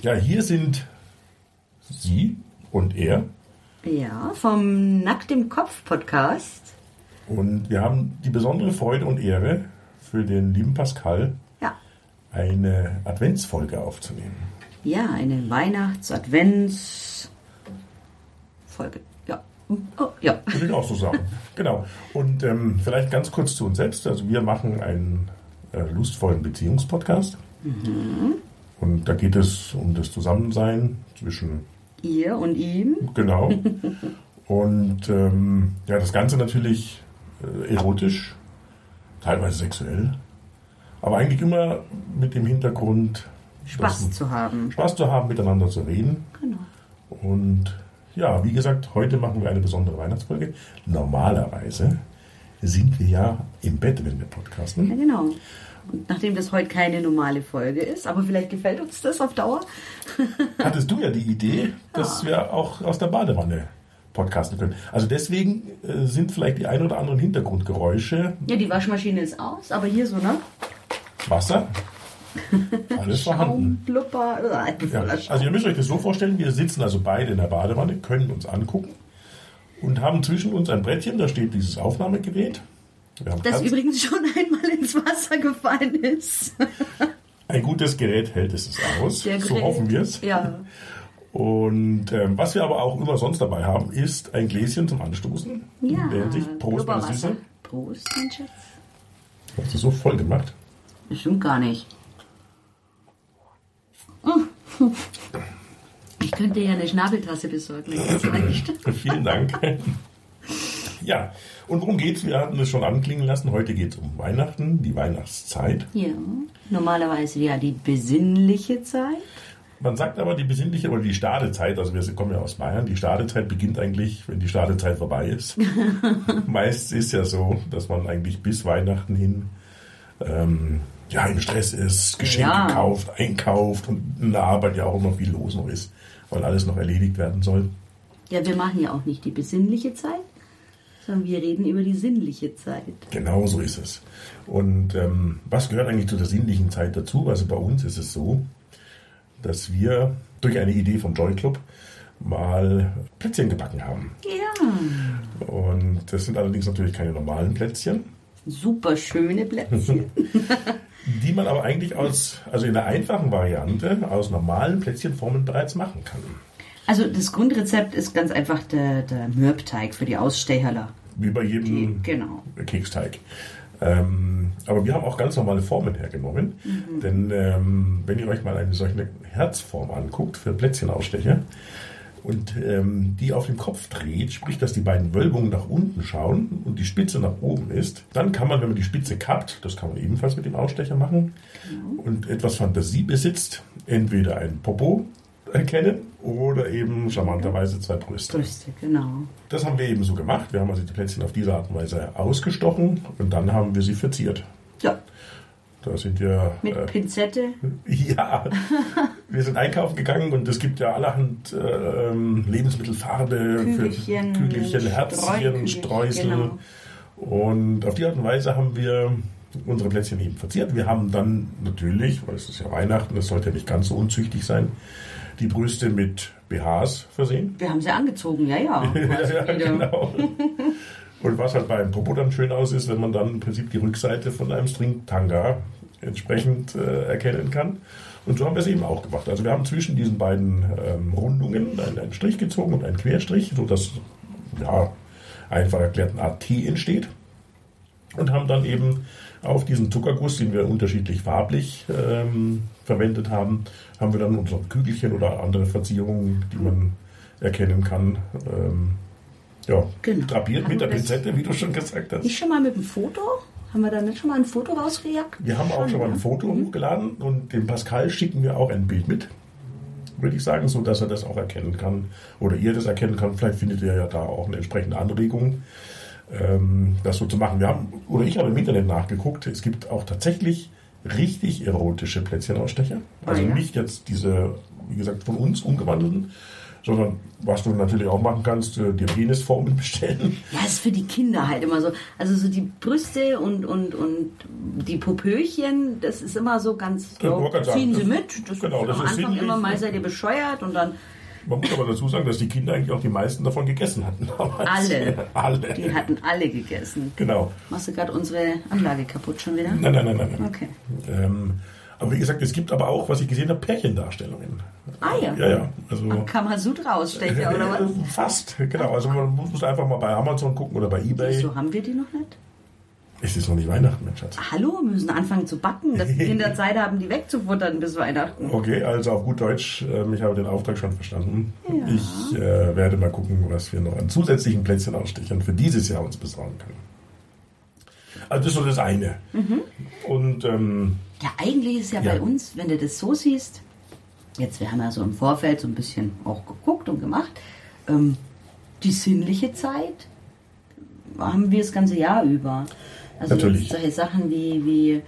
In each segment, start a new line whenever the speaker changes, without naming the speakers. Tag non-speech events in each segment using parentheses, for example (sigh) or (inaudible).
Ja, hier sind Sie und er.
Ja, vom Nackt im Kopf Podcast.
Und wir haben die besondere Freude und Ehre, für den lieben Pascal
Ja.
eine Adventsfolge aufzunehmen.
Ja, eine Weihnachts-Advents-Folge. Ja. Oh, ja.
Würde ich auch so sagen. genau. Und ähm, vielleicht ganz kurz zu uns selbst. Also wir machen einen äh, lustvollen Beziehungspodcast. Und da geht es um das Zusammensein zwischen
Ihr und ihm.
Genau. Und ähm, ja, das Ganze natürlich äh, erotisch, teilweise sexuell, aber eigentlich immer mit dem Hintergrund,
Spaß
dass,
zu haben.
Spaß zu haben, miteinander zu reden.
Genau.
Und ja, wie gesagt, heute machen wir eine besondere Weihnachtsfolge. Normalerweise sind wir ja im Bett, wenn wir podcasten.
Ja, genau. Und nachdem das heute keine normale Folge ist, aber vielleicht gefällt uns das auf Dauer.
Hattest du ja die Idee, dass wir auch aus der Badewanne podcasten können. Also deswegen äh, sind vielleicht die ein oder anderen Hintergrundgeräusche
Ja, die Waschmaschine ist aus, aber hier so, ne?
Wasser. Alles vorhanden.
Schaumblubber. Äh, (laughs)
Ja,
voller Schaum.
also ihr müsst euch das so vorstellen, wir sitzen also beide in der Badewanne, können uns angucken und haben zwischen uns ein Brettchen, da steht dieses Aufnahmegerät. Wir haben
Das
ganz-
übrigens schon einmal ins Wasser gefallen ist.
ein gutes Gerät hält es aus,
Der
so
Grill.
hoffen wir es.
Ja.
Und ähm, was wir aber auch immer sonst dabei haben, ist ein Gläschen zum Anstoßen.
Ja.
Während ich Prost, meine
Blubberwasser.
Süße.
Prost, mein Schatz.
Hast du so voll gemacht?
Das stimmt gar nicht. Hm. Ich könnte ja eine Schnabeltasse besorgen. wenn das reicht.
Vielen Dank. ja, und worum geht's? Wir hatten es schon anklingen lassen. Heute geht's um Weihnachten, die Weihnachtszeit.
Ja, normalerweise ja die besinnliche Zeit.
Man sagt aber die besinnliche oder die Stadezeit, also wir kommen ja aus Bayern, die Stadezeit beginnt eigentlich, wenn die Stadezeit vorbei ist. Meist ist ja so, dass man eigentlich bis Weihnachten hin ähm, ja, im Stress ist, Geschenke
Ja.
kauft, einkauft und in der Arbeit ja auch immer viel los noch ist, weil alles noch erledigt werden soll.
Ja, wir machen ja auch nicht die besinnliche Zeit, sondern wir reden über die sinnliche Zeit.
Genau so ist es. Und ähm, was gehört eigentlich zu der sinnlichen Zeit dazu? Also bei uns ist es so, dass wir durch eine Idee vom Joy Club mal Plätzchen gebacken haben.
Ja,
Und das sind allerdings natürlich keine normalen Plätzchen,
super
(laughs)
schöne Plätzchen.
die man aber eigentlich aus, also in der einfachen Variante, aus normalen Plätzchenformen bereits machen kann.
Also das Grundrezept ist ganz einfach der, der Mürbteig für die Aussteherler.
Wie bei jedem
Die- genau.
Keksteig. Ähm, aber wir haben auch ganz normale Formen hergenommen, denn ähm, wenn ihr euch mal eine solche Herzform anguckt für Plätzchenausstecher und ähm, die auf dem Kopf dreht, sprich, dass die beiden Wölbungen nach unten schauen und die Spitze nach oben ist, dann kann man, wenn man die Spitze kappt, das kann man ebenfalls mit dem Ausstecher machen und etwas Fantasie besitzt, entweder ein Popo erkennen oder eben charmanterweise zwei Brüste.
Brüste, genau.
Das haben wir eben so gemacht. Wir haben also die Plätzchen auf diese Art und Weise ausgestochen und dann haben wir sie verziert.
Ja,
Da sind wir.
mit
Äh, (laughs)
Pinzette.
ja, wir sind einkaufen gegangen und es gibt ja allerhand äh, ähm, Lebensmittelfarbe
Kügelchen,
für Kügelchen, Herzchen,
Streukügelchen,
Streusel.
genau.
Und auf die Art und Weise haben wir unsere Plätzchen eben verziert. Wir haben dann natürlich, weil es ist ja Weihnachten, das sollte ja nicht ganz so unzüchtig sein, die Brüste mit BHs versehen.
Wir haben sie angezogen, ja, ja.
(laughs)
Also
ja,
wieder-
genau. (laughs) Und was halt bei einem Popo dann schön aus ist, wenn man dann im Prinzip die Rückseite von einem Stringtanga entsprechend äh, erkennen kann. Und so haben wir es eben auch gemacht. Also wir haben zwischen diesen beiden ähm, Rundungen einen, einen Strich gezogen und einen Querstrich, sodass ja, einfach erklärt ein AT entsteht. Und haben dann eben auf diesen Zuckerguss, den wir unterschiedlich farblich ähm, verwendet haben, haben wir dann unsere Kügelchen oder andere Verzierungen, die man erkennen kann, ähm, ja,
Genau.
drapiert
Haben
mit der
wir das-
Pinzette, wie du schon gesagt hast.
Nicht schon mal mit dem Foto? Haben wir da nicht schon mal ein Foto rausgejagt?
Wir haben auch schon mal ein Foto
Mhm.
hochgeladen und dem Pascal schicken wir auch ein Bild mit, würde ich sagen, so dass er das auch erkennen kann oder ihr das erkennen kann. Vielleicht findet ihr ja da auch eine entsprechende Anregung, ähm, das so zu machen. Wir haben oder ich habe im Internet nachgeguckt. Es gibt auch tatsächlich richtig erotische Plätzchenausstecher, also
Ah, ja.
nicht jetzt diese, wie gesagt, von uns umgewandelten, sondern was du natürlich auch machen kannst, äh, dir Penisformen (laughs) bestellen.
Ja, ist für die Kinder halt immer so. Also so die Brüste und, und, und die Popöchen, das ist immer so ganz,
Das
so,
wollte ich gerade
ziehen sie
sagen.
mit. Das
Genau,
ist
das
am
ist
Anfang
sinnlich.
immer, mal seid ihr bescheuert und dann,
Man muss aber dazu sagen, dass die Kinder eigentlich auch die meisten davon gegessen hatten. (laughs) damals.
Alle.
Alle.
die hatten alle gegessen.
Genau.
Machst du gerade unsere Anlage kaputt schon wieder?
Nein, nein, nein, nein. nein.
Okay.
Ähm, aber wie gesagt, es gibt aber auch, was ich gesehen habe, Pärchendarstellungen.
Ah ja.
Ja, ja. Also,
Am Kammersud
(laughs)
rausstecher oder was?
Äh, Fast, genau. Also man muss muss einfach mal bei Amazon gucken oder bei Ebay.
Wieso haben wir die noch nicht?
Es ist noch nicht Weihnachten, mein Schatz.
Hallo, wir müssen anfangen zu backen, dass die Kinder Zeit haben, die wegzufuttern bis Weihnachten.
Okay, also auf gut Deutsch, ähm, ich habe den Auftrag schon verstanden.
Ja.
Ich äh, werde mal gucken, was wir noch an zusätzlichen Plätzchen ausstechern für dieses Jahr uns besorgen können. Also das ist so das eine.
Mhm.
Und ähm,
Ja, eigentlich ist ja,
Ja.
bei uns, wenn du das so siehst, jetzt, wir haben ja so im Vorfeld so ein bisschen auch geguckt und gemacht, ähm, die sinnliche Zeit haben wir das ganze Jahr über. Also
Natürlich.
jetzt solche Sachen wie, wie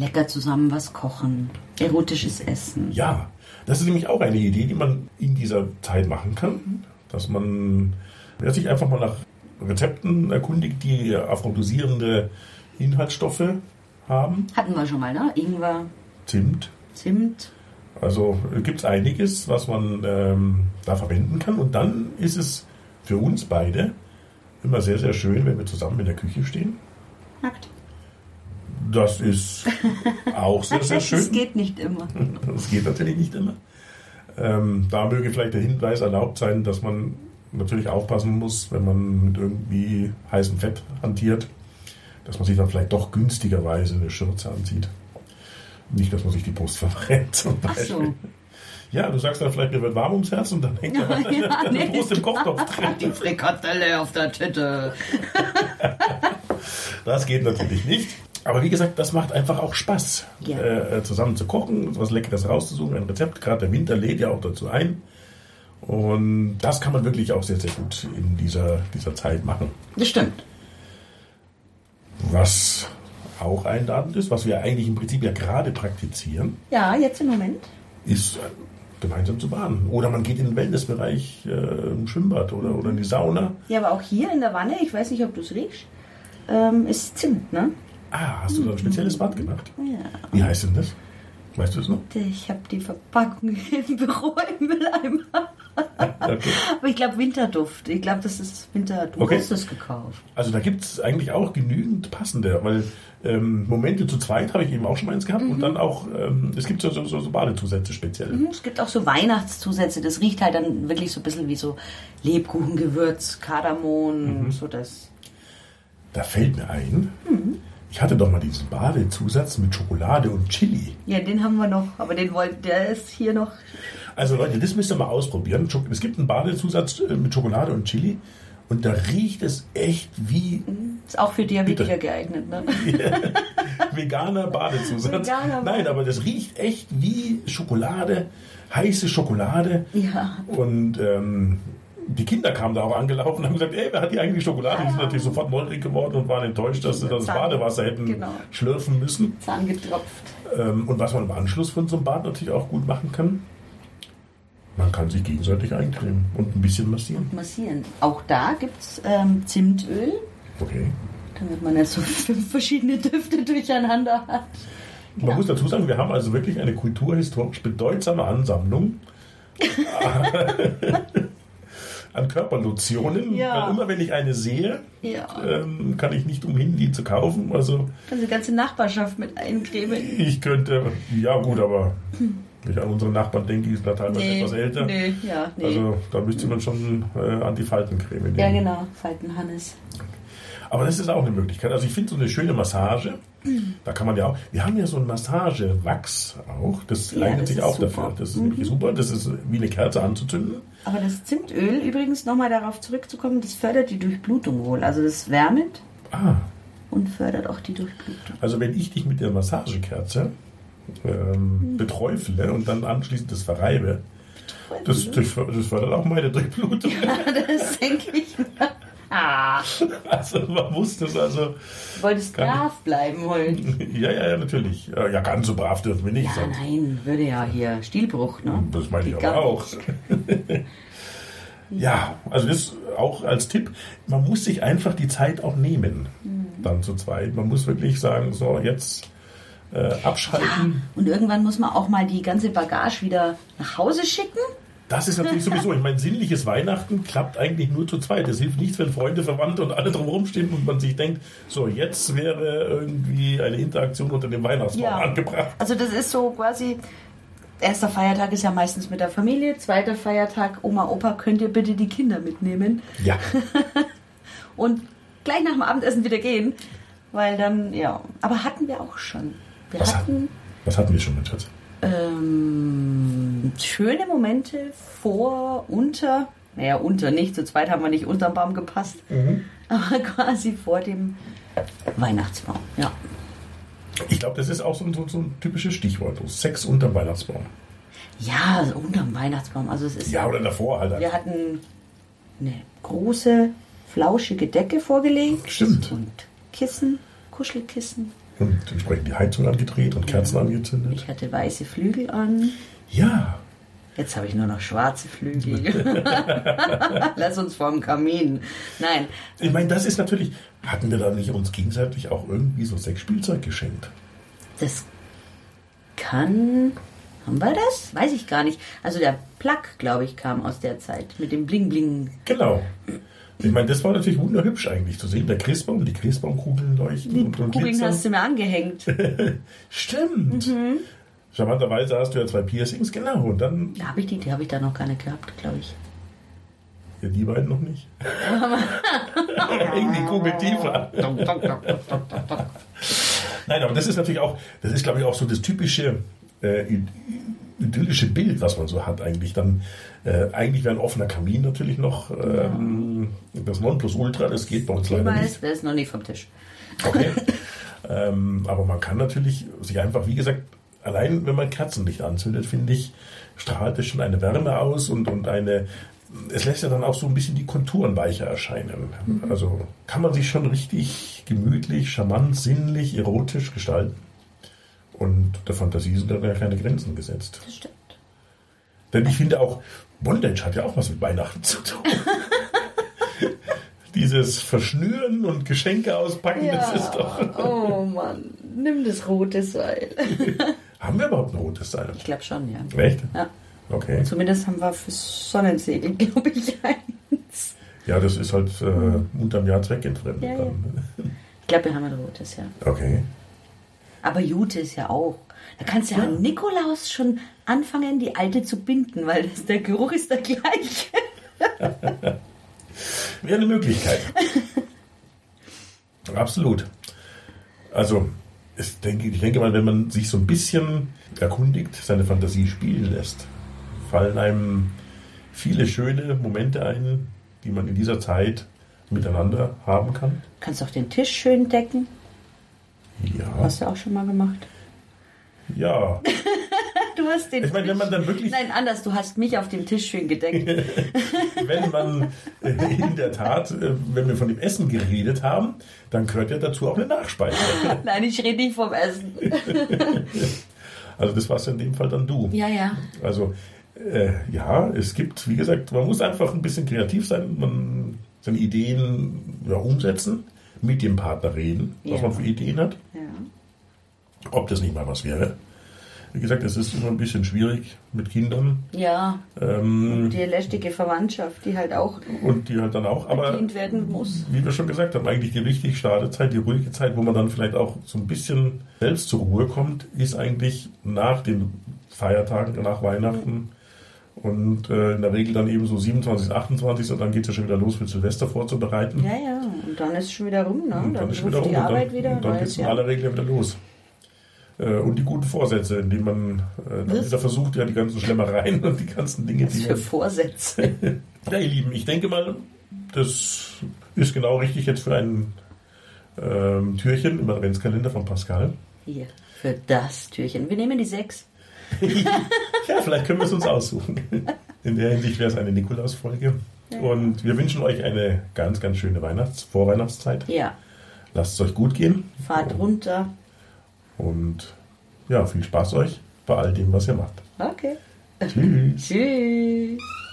lecker zusammen was kochen, erotisches Essen.
Ja, das ist nämlich auch eine Idee, die man in dieser Zeit machen kann, dass man ja, sich einfach mal nach Rezepten erkundigt, die aphrodisierende Inhaltsstoffe haben.
Hatten wir schon mal, ne? Ingwer,
Zimt.
Zimt.
Also gibt es einiges, was man ähm, da verwenden kann. Und dann ist es für uns beide immer sehr, sehr schön, wenn wir zusammen in der Küche stehen.
Nackt.
Das ist auch sehr, sehr schön.
Das geht nicht immer.
Das geht natürlich nicht immer. Ähm, da möge vielleicht der Hinweis erlaubt sein, dass man natürlich aufpassen muss, wenn man mit irgendwie heißem Fett hantiert, dass man sich dann vielleicht doch günstigerweise eine Schürze anzieht. Nicht, dass man sich die Brust verbrennt zum
Ach
Beispiel.
so.
Ja, du sagst dann vielleicht, mir wird warm ums Herz und dann hängt
(laughs) Ja,
ja,
ja,
(laughs)
nee,
eine Brust im Kochtopf drin.
Die Frikadelle auf der Titte.
Das geht natürlich nicht. Aber wie gesagt, das macht einfach auch Spaß,
Ja.
äh, zusammen zu kochen, was Leckeres rauszusuchen, ein Rezept. Gerade der Winter lädt ja auch dazu ein. Und das kann man wirklich auch sehr, sehr gut in dieser, dieser Zeit machen.
Das stimmt.
Was auch einladend ist, was wir eigentlich im Prinzip ja gerade praktizieren,
Ja, jetzt im Moment.
ist äh, gemeinsam zu baden. Oder man geht in den Wellnessbereich äh, im Schwimmbad oder, oder in die Sauna.
Ja, aber auch hier in der Wanne, ich weiß nicht, ob du es riechst, ähm, ist Zimt, ne?
Ah, hast du da ein spezielles Bad gemacht?
Ja.
Wie heißt denn das? Weißt du es noch?
Ich habe die Verpackung (laughs) im Büro im Mülleimer.
Okay.
Aber ich glaube Winterduft. Ich glaube, das ist Winterduft. Du
Okay.
hast es gekauft.
Also da gibt es eigentlich auch genügend passende, weil ähm, Momente zu zweit habe ich eben auch schon mal eins gehabt
Mhm.
und dann auch, ähm, es gibt so, so, so so Badezusätze speziell.
Hm, Es gibt auch so Weihnachtszusätze. Das riecht halt dann wirklich so ein bisschen wie so Lebkuchengewürz, Kardamom,
Mhm.
so das.
Da fällt mir ein,
Mhm.
ich hatte doch mal diesen Badezusatz mit Schokolade und Chili.
Ja, den haben wir noch, aber den wollt, der ist hier noch.
Also Leute, das müsst ihr mal ausprobieren. Scho- Es gibt einen Badezusatz äh, mit Schokolade und Chili und da riecht es echt
(laughs)
wie
Ist auch für Diabetiker
Bitte.
geeignet, ne? (laughs)
veganer Badezusatz.
Veganer
Nein, aber das riecht echt wie Schokolade, heiße Schokolade.
Ja.
Und ähm, die Kinder kamen da auch angelaufen und haben gesagt, ey, wer hat hier eigentlich Schokolade? Die sind natürlich sofort mollig geworden und waren enttäuscht, dass sie das
Zack.
Badewasser hätten
Genau.
schlürfen müssen.
Zahn getropft.
Ähm, und was man im Anschluss von so einem Bad natürlich auch gut machen kann, man kann sich gegenseitig eincremen und ein bisschen massieren.
Massieren. Auch da gibt es ähm, Zimtöl,
Okay.
damit man nicht so (laughs) fünf verschiedene Düfte durcheinander hat.
Man muss dazu sagen, wir haben also wirklich eine kulturhistorisch bedeutsame
(laughs)
Ansammlung an Körperlotionen.
Ja.
Weil immer wenn ich eine sehe,
Ja.
ähm, kann ich nicht umhin, die zu kaufen. Also
Kannst die ganze Nachbarschaft mit eincremen.
ich könnte, ja gut, aber wenn ich an unsere Nachbarn denke, die sind da teilweise etwas älter.
nee, ja, nee.
Also da müsste man schon äh, Antifaltencreme nehmen.
ja, genau, Faltenhannes.
Aber das ist auch eine Möglichkeit. Also ich finde so eine schöne Massage, da kann man ja auch, wir haben ja so ein Massagewachs auch, das
Ja,
eignet
das
sich
ist
auch
super. Mhm.
dafür. Das ist nämlich super, das ist wie eine Kerze anzuzünden.
Aber das Zimtöl, übrigens nochmal darauf zurückzukommen, das fördert die Durchblutung wohl. Also das wärmet
Ah,
und fördert auch die Durchblutung.
also wenn ich dich mit der Massagekerze ähm,
Mhm.
beträufle und dann anschließend das verreibe,
Mhm.
das, das fördert auch meine Durchblutung.
(laughs)
(laughs)
das denke ich. Ah,
Also man muss das also,
du wolltest
Kann ich- Mhm.
brav bleiben wollen.
(laughs) ja, ja, ja, natürlich. Ja, ja, ganz so brav dürfen wir nicht
Ja,
sein.
nein, würde ja hier Stilbruch, ne? (laughs)
Das meine ich
Geht
aber
gar
auch. Ja, also das auch als Tipp. Man muss sich einfach die Zeit auch nehmen,
Mhm.
dann zu zweit. Man muss wirklich sagen, so, jetzt äh, abschalten.
Und irgendwann muss man auch mal die ganze Bagage wieder nach Hause schicken.
Das ist natürlich sowieso, ich meine, sinnliches Weihnachten klappt eigentlich nur zu zweit. Es hilft nichts, wenn Freunde, Verwandte und alle drumherum stehen und man sich denkt, so, jetzt wäre irgendwie eine Interaktion unter dem Weihnachtsbaum
Ja.
angebracht.
Also das ist so quasi, erster Feiertag ist ja meistens mit der Familie, zweiter Feiertag, Oma, Opa, könnt ihr bitte die Kinder mitnehmen
Ja,
und gleich nach dem Abendessen wieder gehen, weil dann, ja, aber hatten wir auch schon. Wir (laughs)
was, hat,
hatten
was hatten wir schon mit Schatz?
ähm, schöne Momente vor, unter, naja, unter nicht, zu zweit haben wir nicht unterm Baum gepasst,
Mhm.
aber (laughs) quasi vor dem Weihnachtsbaum, ja.
Ich glaube, das ist auch so ein, so, so ein typisches Stichwort. So Sex unterm Weihnachtsbaum.
Ja, also unterm Weihnachtsbaum, also es ist
Ja, oder davor halt.
Wir hatten eine große, flauschige Decke vorgelegt.
Stimmt.
Und Kissen, Kuschelkissen.
Und entsprechend die Heizung angedreht und Kerzen angezündet.
Ich hatte weiße Flügel an.
Ja,
Jetzt habe ich nur noch
(laughs)
schwarze Flügel. Lass uns vorm Kamin. Nein,
ich meine, das ist natürlich, hatten wir da nicht uns gegenseitig auch irgendwie so Sexspielzeug geschenkt?
das kann. Haben wir das? Weiß ich gar nicht. Also der Plug, glaube ich, kam aus der Zeit mit dem Bling Bling.
Genau. Ich meine, das war natürlich wunderhübsch eigentlich zu sehen. Der Christbaum, die Christbaumkugeln leuchten
Die
und, und
Kugeln
glitzern.
hast Mhm. du mir angehängt.
(laughs) Stimmt. Charmanterweise hast du ja zwei Piercings, genau. Und dann
Da habe ich die, die habe ich da noch gar nicht gehabt, glaube ich.
ja, die beiden noch
(laughs)
nicht. (laughs) Hängen die Kugel tiefer. Nein, aber das ist natürlich auch, das ist glaube ich auch so das typische äh, id- idyllische Bild, was man so hat eigentlich. Dann äh, eigentlich wäre ein offener Kamin natürlich noch ähm, das Nonplusultra. Das geht bei uns
Ich
leider nicht.
weiß, der ist noch nicht vom Tisch.
Okay. (laughs) ähm, aber man kann natürlich sich einfach, wie gesagt, allein wenn man Kerzenlicht anzündet, finde ich, strahlt es schon eine Wärme aus und, und eine. Es lässt ja dann auch so ein bisschen die Konturen weicher erscheinen. Also kann man sich schon richtig gemütlich, charmant, sinnlich, erotisch gestalten. Und der Fantasie sind dann ja keine Grenzen gesetzt.
Das stimmt.
Denn ich finde auch, Bondage hat ja auch was mit Weihnachten zu tun. Dieses Verschnüren und Geschenke auspacken, das ist doch.
Oh Mann, nimm das rote Seil.
Haben wir überhaupt ein rotes Seil?
Ich glaube schon, ja.
Echt?
ja.
Okay.
Zumindest haben wir für Sonnensegel, (laughs) glaube ich, eins.
Ja, das ist halt äh, unterm Jahr zweckentfremdet.
Ja, ja.
dann.
Ich glaube, wir haben ein rotes, ja.
Okay.
Aber Jute ist ja auch. Da kannst du ja, an Nikolaus schon anfangen, die alte zu binden, weil das, der Geruch ist der gleiche.
Wäre eine
(laughs)
Möglichkeit. Absolut. Also, ich denke, ich denke mal, wenn man sich so ein bisschen erkundigt, seine Fantasie spielen lässt, fallen einem viele schöne Momente ein, die man in dieser Zeit miteinander haben kann.
Kannst auch den Tisch schön decken.
Ja.
Hast du auch schon mal gemacht.
Ja.
(laughs) Du hast den
Ich meine, wenn man dann wirklich
Nein, anders, du hast mich auf dem Tisch
(laughs)
schön gedeckt.
wenn man äh, in der Tat, äh, wenn wir von dem Essen geredet haben, dann gehört ja dazu auch eine Nachspeise.
Nein, ich rede nicht vom Essen.
Also das warst ja in dem Fall dann du.
Ja, ja.
Also äh, ja, es gibt, wie gesagt, man muss einfach ein bisschen kreativ sein, man seine Ideen ja, umsetzen, mit dem Partner reden, was
Ja.
man für Ideen hat,
ja.
ob das nicht mal was wäre. Wie gesagt, es ist immer ein bisschen schwierig mit Kindern
Ja,
ähm,
die lästige Verwandtschaft, die halt auch
und die halt dann auch, aber
bedient werden muss.
wie wir schon gesagt haben, eigentlich die richtig starke Zeit, die ruhige Zeit, wo man dann vielleicht auch so ein bisschen selbst zur Ruhe kommt, ist eigentlich nach den Feiertagen, nach Weihnachten und äh, in der Regel dann eben so 27, 28 und dann geht es ja schon wieder los für Silvester vorzubereiten.
Ja, ja, und dann ist schon wieder rum, ne?
Und dann
dann
ist
ruft
wieder rum
die
und
Arbeit
dann,
wieder.
und dann geht
neues
es in
Jahr.
aller Regel ja wieder los. Äh, Und die guten Vorsätze, indem man äh, dann
Was?
wieder versucht, ja die ganzen Schlemmereien (laughs) und die ganzen Dinge,
Was
die
für
man
Vorsätze.
Ja, ihr Lieben, ich denke mal, das ist genau richtig jetzt für ein ähm, Türchen im Adventskalender von Pascal.
Hier, für das Türchen. Wir nehmen die sechs.
Ja, vielleicht können wir es uns aussuchen. In der Hinsicht wäre es eine Nikolaus-Folge. Und wir wünschen euch eine ganz, ganz schöne Weihnachts-, Vorweihnachtszeit.
Ja,
Lasst es euch gut gehen.
fahrt runter.
Und ja, viel Spaß euch bei all dem, was ihr macht.
Okay.
Tschüss.
Tschüss.